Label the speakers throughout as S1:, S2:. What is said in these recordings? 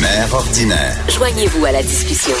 S1: Mère ordinaire.
S2: Joignez-vous à la discussion.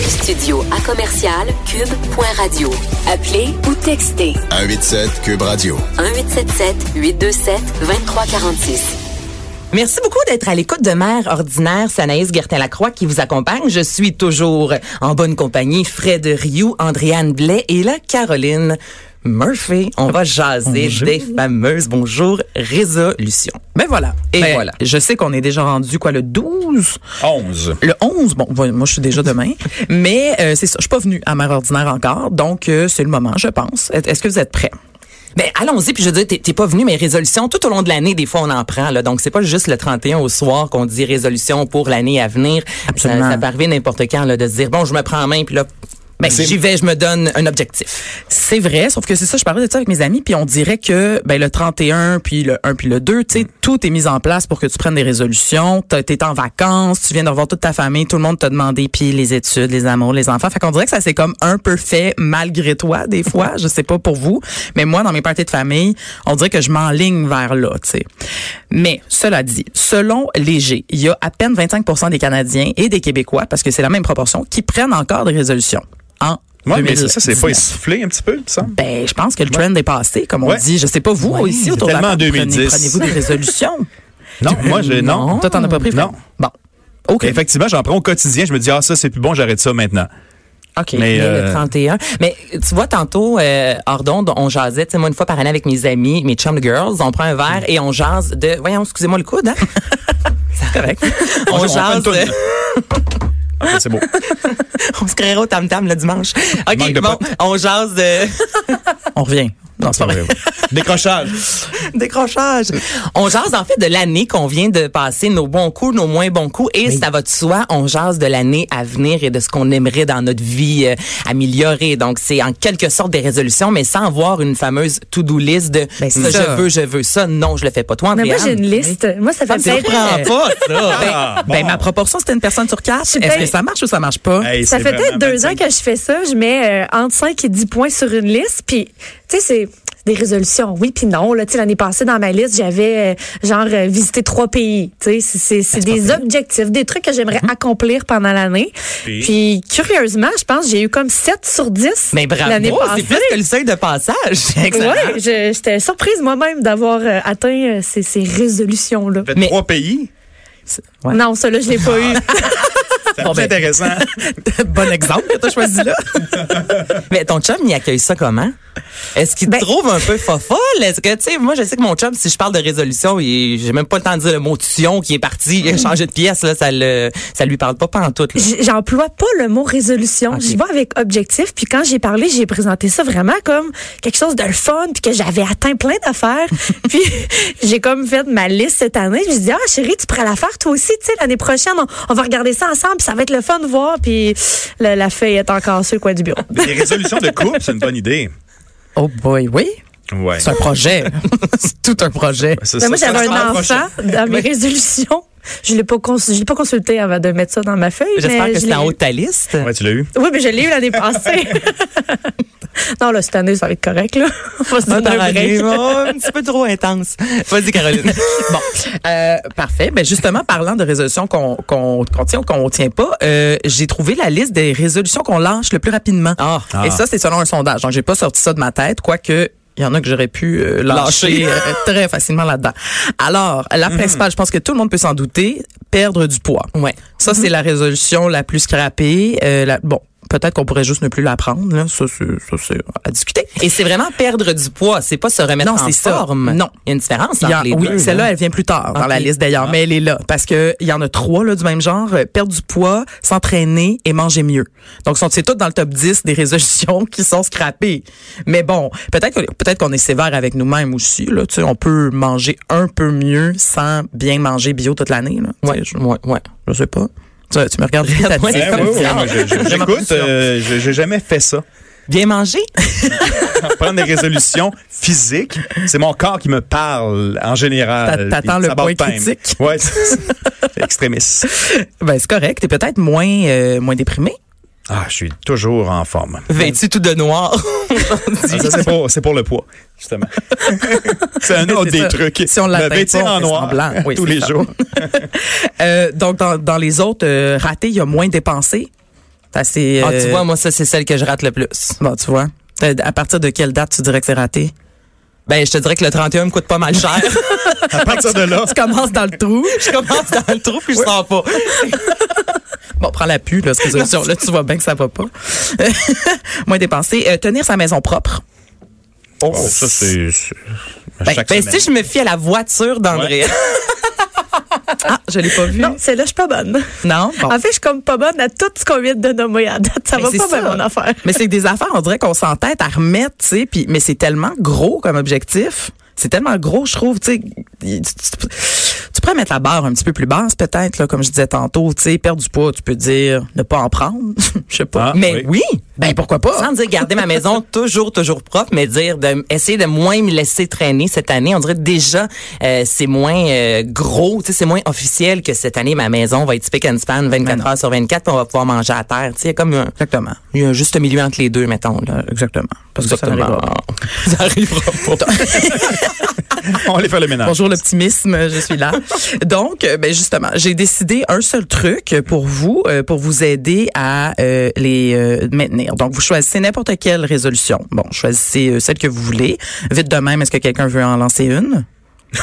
S2: Studio à commercial cube.radio. Appelez ou textez
S1: 187 Cube Radio.
S2: 1877 827 2346.
S3: Merci beaucoup d'être à l'écoute de Mère Ordinaire. C'est Anaïs Gertin-Lacroix qui vous accompagne. Je suis toujours en bonne compagnie. Fred Rioux, Andréane Blais et la Caroline Murphy. On va jaser
S4: Bonjour.
S3: des fameuses, bonjour, résolutions.
S4: Ben voilà. Et
S3: Ben,
S4: voilà. Je sais qu'on est déjà rendu, quoi, le 12?
S5: 11.
S4: Le 11, bon, moi, moi, je suis déjà demain. Mais euh, c'est ça, je suis pas venue à Mère Ordinaire encore, donc euh, c'est le moment, je pense. Est- Est-ce que vous êtes prêts?
S3: Ben, allons-y, puis je veux dire, t'es- t'es pas venu, mais résolutions, tout au long de l'année, des fois, on en prend, là. Donc, c'est pas juste le 31 au soir qu'on dit résolution pour l'année à venir. Euh,
S4: Absolument.
S3: Ça, ça peut arriver n'importe quand, là, de se dire, bon, je me prends en main, puis là, ben,
S5: C'est-
S3: j'y vais, je me donne un objectif.
S4: C'est vrai, sauf que c'est ça, je parlais de ça avec mes amis, puis on dirait que ben, le 31, puis le 1, puis le 2, tu sais, tout est mis en place pour que tu prennes des résolutions, t'as- t'es en vacances, tu viens de revoir toute ta famille, tout le monde t'a demandé, puis les études, les amours, les enfants. Fait qu'on dirait que ça s'est comme un peu fait malgré toi, des fois, je sais pas pour vous, mais moi, dans mes parties de famille, on dirait que je m'enligne vers là, tu sais. Mais, cela dit, selon Léger, il y a à peine 25 des Canadiens et des Québécois, parce que c'est la même proportion, qui prennent encore des résolutions. En
S5: Moi, mais ça, ça, c'est pas
S4: 2019.
S5: essoufflé un petit peu, ça?
S4: Ben, je pense que le trend est passé, comme on
S5: Ouais.
S4: dit. Je sais pas vous
S5: Ouais,
S4: ici
S5: c'est
S4: autour de la
S5: tellement
S4: table,
S5: en
S4: prenez-
S5: 2010.
S4: Prenez-vous des résolutions
S5: Non, moi, j'ai, non.
S4: Toi, t'en as pas pris. Fred?
S5: Non. Ben,
S4: Bon. Ok.
S5: Et Effectivement, j'en prends au quotidien. Je me dis, ah, ça, c'est plus bon, j'arrête ça maintenant.
S3: OK,
S5: Mais,
S3: mais
S5: euh,
S3: le 31. Mais tu vois, tantôt, euh, Ordon, on jasait, tu sais, moi, une fois par année avec mes amis, mes chum girls, on prend un verre et on jase de... Voyons, excusez-moi le coude, hein? c'est correct. on,
S5: On- on prend
S3: jase...
S5: une toune.
S3: euh,
S5: Ok, c'est beau.
S3: on se créera au tam-tam le dimanche. OK,
S5: Manque de
S3: bon,
S5: potes.
S3: on jase de...
S4: On revient. Non, c'est pas vrai.
S5: Décrochage.
S3: Décrochage. On jase en fait de l'année qu'on vient de passer, nos bons coups, nos moins bons coups, et ça va de soi, on jase de l'année à venir et de ce qu'on aimerait dans notre vie euh, améliorer. Donc c'est en quelque sorte des résolutions, mais sans voir une fameuse to-do list de
S4: Ben, c'est
S3: ça,
S4: ça.
S3: je veux, je veux ça, non, je le fais pas. Toi,
S6: Mais moi,
S3: Andréane?
S6: j'ai une liste. Moi, ça
S3: Ça
S6: fait
S3: me
S6: peut-être.
S3: surprend pas, ça. Ben,
S5: Ah,
S4: Ben,
S5: bon.
S4: ma proportion, c'était une personne sur quatre.
S6: pas-
S4: Est-ce que ça marche ou ça marche pas?
S5: Hey,
S6: Ça
S5: c'est
S6: fait
S5: vraiment
S6: peut-être deux
S5: 25.
S6: ans que je fais ça. Je mets euh, entre 5 et 10 points sur une liste. Puis, tu sais, c'est des résolutions. Oui, puis non. Là, Tu sais, l'année passée, dans ma liste, j'avais, euh, genre, euh, visité trois pays. Tu sais, c'est- c'est c'est des objectifs, des trucs que
S3: Mhm.
S6: j'aimerais accomplir pendant l'année.
S5: Et?
S6: Puis, curieusement, je pense que j'ai eu comme 7 sur 10
S3: mais
S6: l'année
S3: bravo, c'est
S6: passée.
S3: plus que le seuil de passage. Excellent.
S6: Ouais, je- j'étais surprise moi-même d'avoir euh, atteint euh, ces, ces résolutions-là.
S5: Faites
S3: Mais-
S5: trois pays.
S4: Ouais.
S6: Non, ça, là, je l'ai pas
S5: Ah,
S6: eu.
S5: C'est
S4: Bon, ben-
S5: intéressant.
S4: bon exemple que t'as choisi là.
S3: Mais ton chum, il accueille ça comment? Est-ce qu'il
S6: Ben-
S3: te trouve un peu fofolle? Est-ce que, tu sais, moi, je sais que mon chum, si je parle de résolution, il- j'ai même pas le temps de dire le mot tution qui est parti, il a changé de pièce, là, ça le, ça lui parle pas pantoute, là.
S6: J- J'emploie pas le mot résolution.
S3: Ok.
S6: J'y vais avec objectif. Puis quand j'ai parlé, j'ai présenté ça vraiment comme quelque chose de le fun, puis que j'avais atteint plein d'affaires. puis j'ai comme fait ma liste cette année. Je me dit, ah chérie, tu pourrais la faire toi aussi, tu sais, l'année prochaine, on, on va regarder ça ensemble, puis ça va être le fun de voir. Puis la, la feuille est encore sur le coin du bureau.
S5: Des résolutions de couple, c'est une bonne idée.
S4: Oh boy, oui.
S5: Ouais.
S4: C'est un projet. c'est tout un projet.
S5: C'est ça,
S6: Mais Ben, moi,
S5: ça,
S6: j'avais
S5: ça, ça,
S6: un enfant
S5: prochain.
S6: dans mes résolutions. Je l'ai pas cons- je l'ai pas consulté avant de mettre ça dans ma feuille.
S3: J'espère
S6: mais
S3: que
S6: je
S3: c'est en
S6: l'ai-
S3: haut de ta liste.
S5: Ouais, tu l'as eu.
S6: Oui, mais je l'ai eu l'année passée. non, là, cette année, ça va être correct, là. On va se
S3: Ah,
S6: donner
S3: t'en
S6: un break.
S3: arrives, oh, un petit peu trop intense. Vas-y, Caroline.
S4: Bon, euh, parfait. Ben justement, parlant de résolutions qu'on qu'on qu'on tient ou qu'on tient pas, euh, j'ai trouvé la liste des résolutions qu'on lâche le plus rapidement.
S3: Ah.
S4: Et ça, c'est selon un sondage. Donc, j'ai pas sorti ça de ma tête, quoique. Il y en a que j'aurais pu euh, lâcher,
S3: Lâcher. Mhm.
S4: euh, très facilement là-dedans. Alors, la principale, je pense que tout le monde peut s'en douter, perdre du poids.
S3: Ouais. Mhm.
S4: Ça, c'est la résolution la plus scrappée. euh, la- bon, Peut-être qu'on pourrait juste ne plus la prendre. Là. Ça, c'est ça, c'est à discuter.
S3: Et c'est vraiment perdre du poids, c'est pas se remettre
S4: Non,
S3: en
S4: c'est ça.
S3: forme.
S4: Non.
S3: Il y a une différence
S4: Il y
S3: entre
S4: en-
S3: les
S4: oui,
S3: deux.
S4: celle-là,
S3: là.
S4: elle vient plus tard dans
S3: Ok. Ah.
S4: la liste d'ailleurs, mais elle est là parce que il y en a trois là, du même genre, euh, perdre du poids, s'entraîner et manger mieux. Donc, sont- c'est tout dans le top 10 des résolutions qui sont scrappées. Mais bon, peut-être que- peut-être qu'on est sévère avec nous-mêmes aussi. Là, tu sais, on peut manger un peu mieux sans bien manger bio toute l'année. Là, Tu sais,
S3: Ouais, ouais, ouais.
S4: je, je sais pas. Tu, tu me regardes. t'as dit-
S3: Ouais,
S5: Eh
S3: c'est
S5: oui,
S3: comme
S5: oui,
S3: ça.
S5: moi, je- je-
S4: Vraiment
S5: J'écoute,
S4: conscient.
S5: euh, je- j'ai jamais fait ça.
S3: Bien manger.
S5: Prendre des résolutions physiques, c'est mon corps qui me parle en général.
S4: T'a- t'attends
S5: Puis
S4: le
S5: ça
S4: point
S5: bat time.
S4: critique.
S5: Ouais, c'est- c'est extrémiste.
S4: Ben, c'est correct. T'es peut-être moins euh, moins déprimé.
S5: Ah, je suis toujours en forme.
S3: Vêtu tout de noir.
S5: Ah, ça, c'est pour, c'est pour le poids, justement. c'est un autre
S4: C'est
S5: des
S4: ça.
S5: trucs.
S4: Si on
S5: Me
S4: l'atteint pas,
S5: vêtir
S4: on
S5: en
S4: fait
S5: noir
S4: semblant. Oui,
S5: tous
S4: c'est
S5: les
S4: ça.
S5: jours.
S4: Euh, donc dans, dans les autres euh, ratés, il y a moins dépensé. C'est assez,
S3: Ah, tu
S4: euh,
S3: vois, moi, ça, c'est celle que je rate le plus.
S4: Bon, tu vois. Euh, À partir de quelle date tu dirais que c'est raté?
S3: Ben, je te dirais que le 31 me coûte pas mal cher.
S5: À partir de là,
S4: Tu commences dans le trou.
S3: je commence dans le trou puis je sors pas.
S4: Bon, prends la pu, là, cette résolution. là, tu vois bien que ça va pas. Euh, Moins dépensé. Euh, tenir sa maison propre. Ben,
S5: oh, ça, c'est. c'est- à
S3: Ben,
S5: chaque
S3: ben,
S5: semaine.
S3: si je me fie à la voiture d'André.
S4: Ah, je l'ai pas vu.
S6: Non, celle-là, je suis pas bonne.
S4: Non? Bon.
S6: En fait, je suis comme pas bonne à tout ce qu'on vient de nommer à date. Ça
S4: Mais
S6: va
S4: Ben, c'est
S6: pas
S4: ça.
S6: bien, mon affaire.
S4: Mais c'est que des affaires, on dirait qu'on s'entête à remettre, tu sais, puis mais c'est tellement gros comme objectif. C'est tellement gros, je trouve, tu sais. y- Tu, tu- tu pourrais mettre la barre un petit peu plus basse, peut-être, là, comme je disais tantôt, tu sais, perdre du poids, tu peux dire ne pas en prendre. je sais pas.
S5: Ah,
S3: mais oui.
S4: Ben pourquoi pas?
S3: Sans dire garder ma maison euh, toujours, toujours propre, mais dire de, essayer de moins me laisser traîner E cette année. On dirait déjà, euh, c'est moins euh, gros, tu sais, c'est moins officiel que cette année, ma maison va être pick and span
S4: Ben
S3: 24 heures sur 24 puis on va pouvoir manger à terre. Tu sais, il y a comme un,
S4: Exactement.
S3: il y a un juste milieu entre les deux, mettons. Là.
S4: Exactement. Parce que ça n'arrivera pas.
S3: Ça arrivera pas.
S5: On va aller faire le ménage.
S4: Bonjour l'optimisme, je suis là. Donc, euh, ben justement, j'ai décidé un seul truc pour vous, euh, pour vous aider à euh, les euh, maintenir. Donc, vous choisissez n'importe quelle résolution. Bon, choisissez euh, celle que vous voulez. Vite de même, est-ce que quelqu'un veut en lancer une?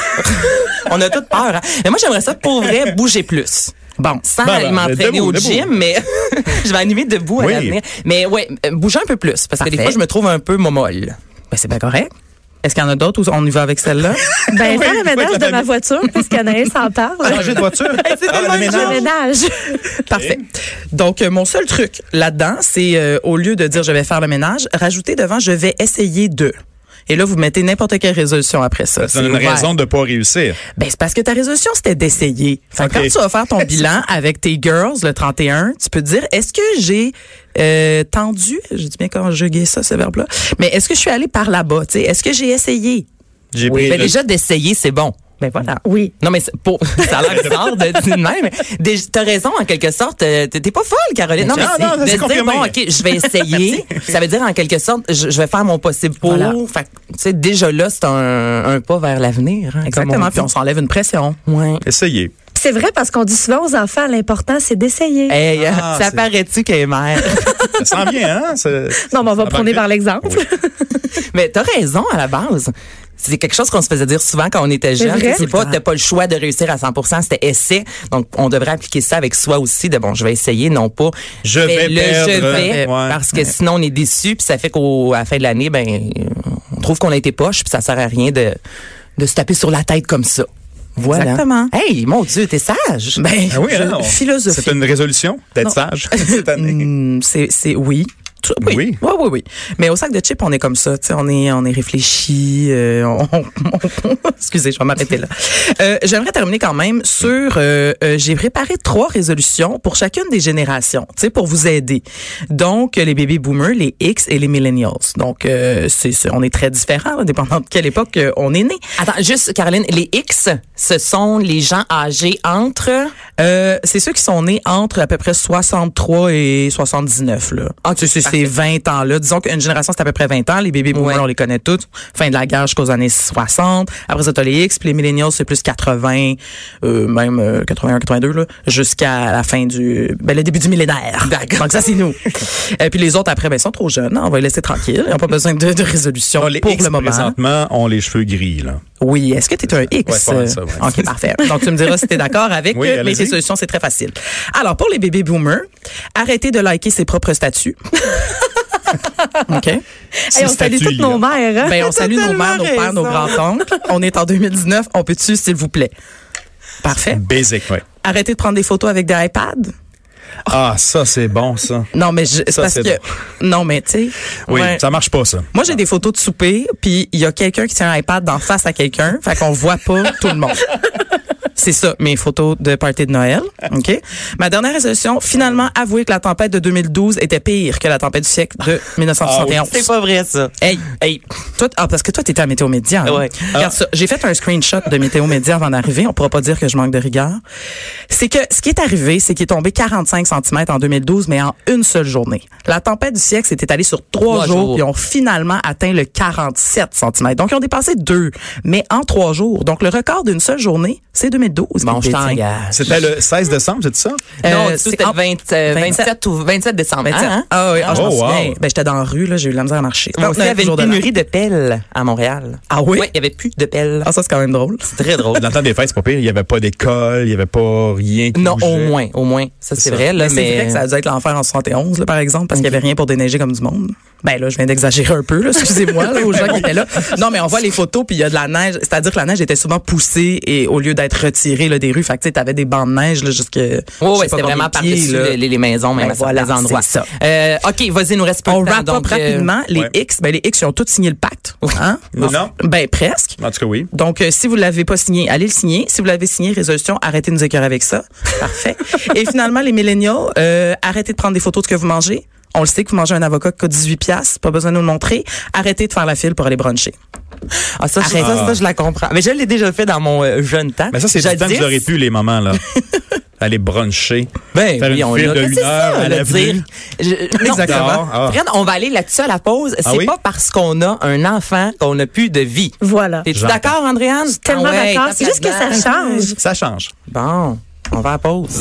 S3: on a toute peur. hein. Mais moi, j'aimerais ça pour vrai bouger plus.
S4: Bon,
S3: sans
S5: Ben,
S3: aller
S5: ben,
S3: m'entraîner
S5: debout,
S3: au
S5: debout.
S3: gym, mais je vais animer debout
S5: Oui.
S3: à l'avenir. Mais ouais, euh, bouger un peu plus, parce que des fois,
S4: Parfait.
S3: je me trouve un peu momolle.
S4: ben, c'est pas correct. Est-ce qu'il y en a d'autres ou on y va avec celle-là?
S6: Ben,
S5: Oui,
S6: faire
S5: faut
S6: le
S5: être
S6: ménage
S5: la
S6: de ma
S5: famille.
S6: voiture, puisqu'Anaël s'en parle.
S5: Changer de voiture. Ah, le
S6: Je
S5: ménage.
S6: ménage.
S4: Parfait. Donc, euh, mon seul truc là-dedans, c'est euh, au lieu de dire je vais faire le ménage, rajouter devant je vais essayer de. Et là, vous mettez n'importe quelle résolution après ça.
S5: Ça donne une
S4: C'est ouvert.
S5: raison de ne pas réussir.
S4: Ben, c'est parce que ta résolution, c'était d'essayer. Fait que
S5: Ok.
S4: Quand tu vas faire ton bilan avec tes girls le 31, tu peux te dire, est-ce que j'ai euh, tendu, j'ai dit bien conjugué ça, ce verbe-là, mais est-ce que je suis allée par là-bas? tu sais? Est-ce que j'ai essayé?
S5: J'ai
S3: Oui.
S5: pris
S3: Mais
S5: le-
S3: déjà, d'essayer, c'est bon.
S4: Ben voilà.
S6: Oui.
S3: Non, mais c'est pour, ça a l'air bizarre de dire de même. mais dé- T'as raison, en quelque sorte. euh, T'es t'es pas folle, Caroline. Non, mais
S5: Ah,
S3: c'est-
S5: non, ça,
S3: de
S5: c'est
S3: se dire,
S5: confirmé.
S3: bon, OK, je vais essayer. ça veut dire, en quelque sorte, je, je vais faire mon possible pour.
S4: Voilà.
S3: Fait que, tu sais, déjà là, c'est un, un pas vers l'avenir. hein, comme
S4: Exactement. Puis on s'enlève une pression.
S3: dit. Ouais.
S5: Essayez.
S6: C'est vrai parce qu'on dit souvent aux enfants, l'important, c'est d'essayer.
S3: Hey, euh,
S5: Ah,
S3: ça
S5: c'est-
S3: paraît-tu qu'elle est mère?
S5: Ça sent bien, hein? ça-
S6: non, mais on va
S5: ça
S6: prôner par
S5: marche.
S6: l'exemple.
S3: Mais t'as raison à la base. C'est quelque chose qu'on se faisait dire souvent quand on était
S6: C'est
S3: jeune.
S6: vrai?
S3: C'est pas, t'as pas le choix de réussir à 100%, c'était essai. Donc, on devrait appliquer ça avec soi aussi de bon, je vais essayer, non pas.
S5: Je
S3: fais
S5: vais
S3: le
S5: perdre.
S3: je vais,
S5: Ouais.
S3: parce que sinon on est déçu puis ça fait qu'au à la fin de l'année, ben, euh, on trouve qu'on a été poche puis ça sert à rien de, de se taper sur la tête comme ça. Voilà.
S4: Exactement.
S3: Hey, mon Dieu, t'es sage.
S4: Ben,
S5: Ah oui,
S4: je-
S5: hein, on-
S4: philosophie.
S5: C'est une résolution d'être
S4: Non.
S5: sage cette année.
S4: Hmm, c'est c'est oui. Tu- Oui. oui,
S5: Oui.
S4: oui, oui, Mais au sac de chips, on est comme ça, tu sais, on est, on est réfléchi. euh, on- on- excusez, je vais m'arrêter là. Euh, J'aimerais terminer quand même sur. euh, euh, J'ai préparé trois résolutions pour chacune des générations, tu sais, pour vous aider. Donc euh, les baby boomers, les X et les millennials. Donc euh, c'est, c'est- on est très différents, là, dépendant de quelle époque euh, on est né.
S3: Attends, juste, Caroline, les X, ce sont les gens âgés entre.
S4: Euh, c'est ceux qui sont nés entre à peu près 63 et 79 là.
S3: Ok,
S4: Tu sais, c'est
S3: parfait.
S4: ces 20 ans là, disons qu'une génération c'est à peu près 20 ans, les bébés boomers
S3: Ouais.
S4: on les connaît tous, fin de la guerre jusqu'aux années 60. Après ça t'as les X, puis les millennials c'est plus 80 euh, même euh, 81 82 là jusqu'à la fin du ben le début du millénaire. Donc ça c'est nous. et puis les autres après ben ils sont trop jeunes, hein, on va les laisser tranquilles, ils ont pas besoin de, de résolution
S5: On Ah, les
S4: pour
S5: X,
S4: le moment.
S5: Présentement, ont les cheveux gris, là.
S4: Oui. Est-ce que tu es un
S5: Ouais,
S4: X?
S5: pas mal ça, ouais.
S4: OK, parfait. Donc, tu me diras si tu es d'accord avec
S5: Oui,
S4: euh, mais
S5: allez-y.
S4: ces solutions, c'est très facile. Alors, pour les bébés boomers, arrêtez de liker ses propres statuts. OK.
S6: Hey, on salue
S5: statut,
S6: toutes nos
S5: là.
S6: mères. hein?
S4: Ben, on
S6: T'as
S4: salue nos
S6: tellement
S4: mères, nos pères, nos
S6: raison.
S4: grands-oncles. On est en 2019. On peut-tu, s'il vous plaît? Parfait.
S5: Basic, oui.
S4: Arrêtez de prendre des photos avec des iPads.
S5: Ah, ça, c'est bon, ça.
S4: Non, mais je, c'est
S5: Ça,
S4: parce
S5: c'est
S4: que. Non, mais tu sais.
S5: Oui,
S4: ouais.
S5: ça marche pas, ça.
S4: Moi, j'ai des photos de souper, puis il y a quelqu'un qui tient un iPad d'en face à quelqu'un, fait qu'on voit pas tout le monde. C'est ça, mes photos de party de Noël. OK? Ma dernière résolution, finalement, avouer que la tempête de 2012 était pire que la tempête du siècle de 1971.
S3: Ah. C'est pas vrai, ça.
S4: Hey, hey, toi, t- ah, parce que toi, t'étais à Météo Média. hein?
S3: Ouais. Ah.
S4: Regarde ça. J'ai fait un screenshot de Météo Média avant d'arriver. On pourra pas dire que je manque de rigueur. C'est que ce qui est arrivé, c'est qu'il est tombé 45 cm en 2012, mais en une seule journée. La tempête du siècle s'est étalée sur trois
S3: Trois
S4: jours,
S3: jours.
S4: puis ont finalement atteint le 47 cm. Donc, ils ont dépassé deux, mais en trois jours. Donc, le record d'une seule journée, c'est 2012.
S3: Bon, je
S4: qui le détient.
S3: t'engage.
S5: C'était le 16 décembre, c'est ça?
S4: Euh,
S3: non,
S4: c'est
S3: c'était
S4: en-
S3: le 20, euh,
S4: 27.
S3: 27 ou 27 décembre.
S4: 27.
S3: hein, Ah, hein?
S4: Ah oui, ah, je
S5: Oh,
S4: m'en
S5: wow.
S4: souviens. Ben, j'étais dans la rue, là, j'ai eu de la misère à marcher.
S3: Moi aussi, il y avait
S4: Jour
S3: une
S4: de l'an.
S3: pénurie de pelles à Montréal.
S4: Ah oui?
S3: Oui, il y avait plus de pelles.
S4: Ah, ça, c'est quand même drôle.
S3: C'est très drôle.
S5: Dans le temps des fêtes, c'est pas pire. Il n'y avait pas d'école, il n'y avait pas rien qui
S3: Non, au
S5: bougeait.
S3: moins, au moins. Ça, c'est
S5: ça.
S3: vrai, là,
S4: Mais
S3: mais. Mhm.
S4: c'est vrai que ça a dû être l'enfer en 71, là, par exemple, parce qu'il n'y avait rien pour déneiger comme du monde. Ben là, je viens d'exagérer un peu, là, excusez-moi, là, aux gens qui étaient là. Non, mais on voit les photos, puis il y a de la neige. C'est-à-dire que la neige était souvent poussée et au lieu d'être retirée là, des rues, fait que tu sais, t'avais des bancs de neige là, jusque.
S3: Oui,
S4: je sais
S3: oui,
S4: pas
S3: c'était
S4: combien
S3: vraiment
S4: de pieds,
S3: par-dessus
S4: là.
S3: les, les maisons, même
S4: Ben
S3: à
S4: voilà,
S3: certains endroits.
S4: c'est ça.
S3: Euh, OK, vas-y, nous reste peu
S4: On
S3: de temps.
S4: wrap up
S3: donc, euh,
S4: rapidement. Les
S5: ouais.
S4: X, ben les X, ils ont tous signé le pacte. Hein?
S5: Non.
S4: Ben presque.
S5: En tout cas, oui.
S4: Donc, euh, si vous l'avez pas signé, allez le signer. Si vous l'avez signé, résolution, arrêtez de nous écœurer avec ça. Parfait. Et finalement, les milléniaux, euh, arrêtez de prendre des photos de ce que vous mangez. On le sait que vous mangez un avocat qui coûte 18 piastres, pas besoin de nous le montrer. Arrêtez de faire la file pour aller bruncher.
S3: Ah, ça, je-
S4: Arrête.
S3: ça, ça, je la comprends. Mais je l'ai déjà fait dans mon euh, jeune temps.
S5: Mais ça, c'est du temps que
S3: Jadis.
S5: j'aurais pu, les moments, là. Aller bruncher.
S3: Ben,
S5: Faire
S3: oui,
S5: une
S3: on
S5: file
S3: l'a.
S5: de
S3: Mais
S5: une
S3: c'est
S5: heure
S3: ça,
S5: à
S3: le
S5: l'avenue.
S3: dire. Je- non,
S5: Exactement. Ah.
S3: Fred, on va aller là-dessus à la pause. C'est
S5: Ah oui?
S3: pas parce qu'on a un enfant qu'on n'a plus de vie.
S6: Voilà.
S3: T'es-tu
S5: J'entends.
S3: d'accord, Andréane?
S6: Tellement
S3: Ah ouais,
S6: d'accord. C'est juste que ça
S3: tabarnak.
S6: change.
S5: Ça change.
S3: Bon, on va à la pause.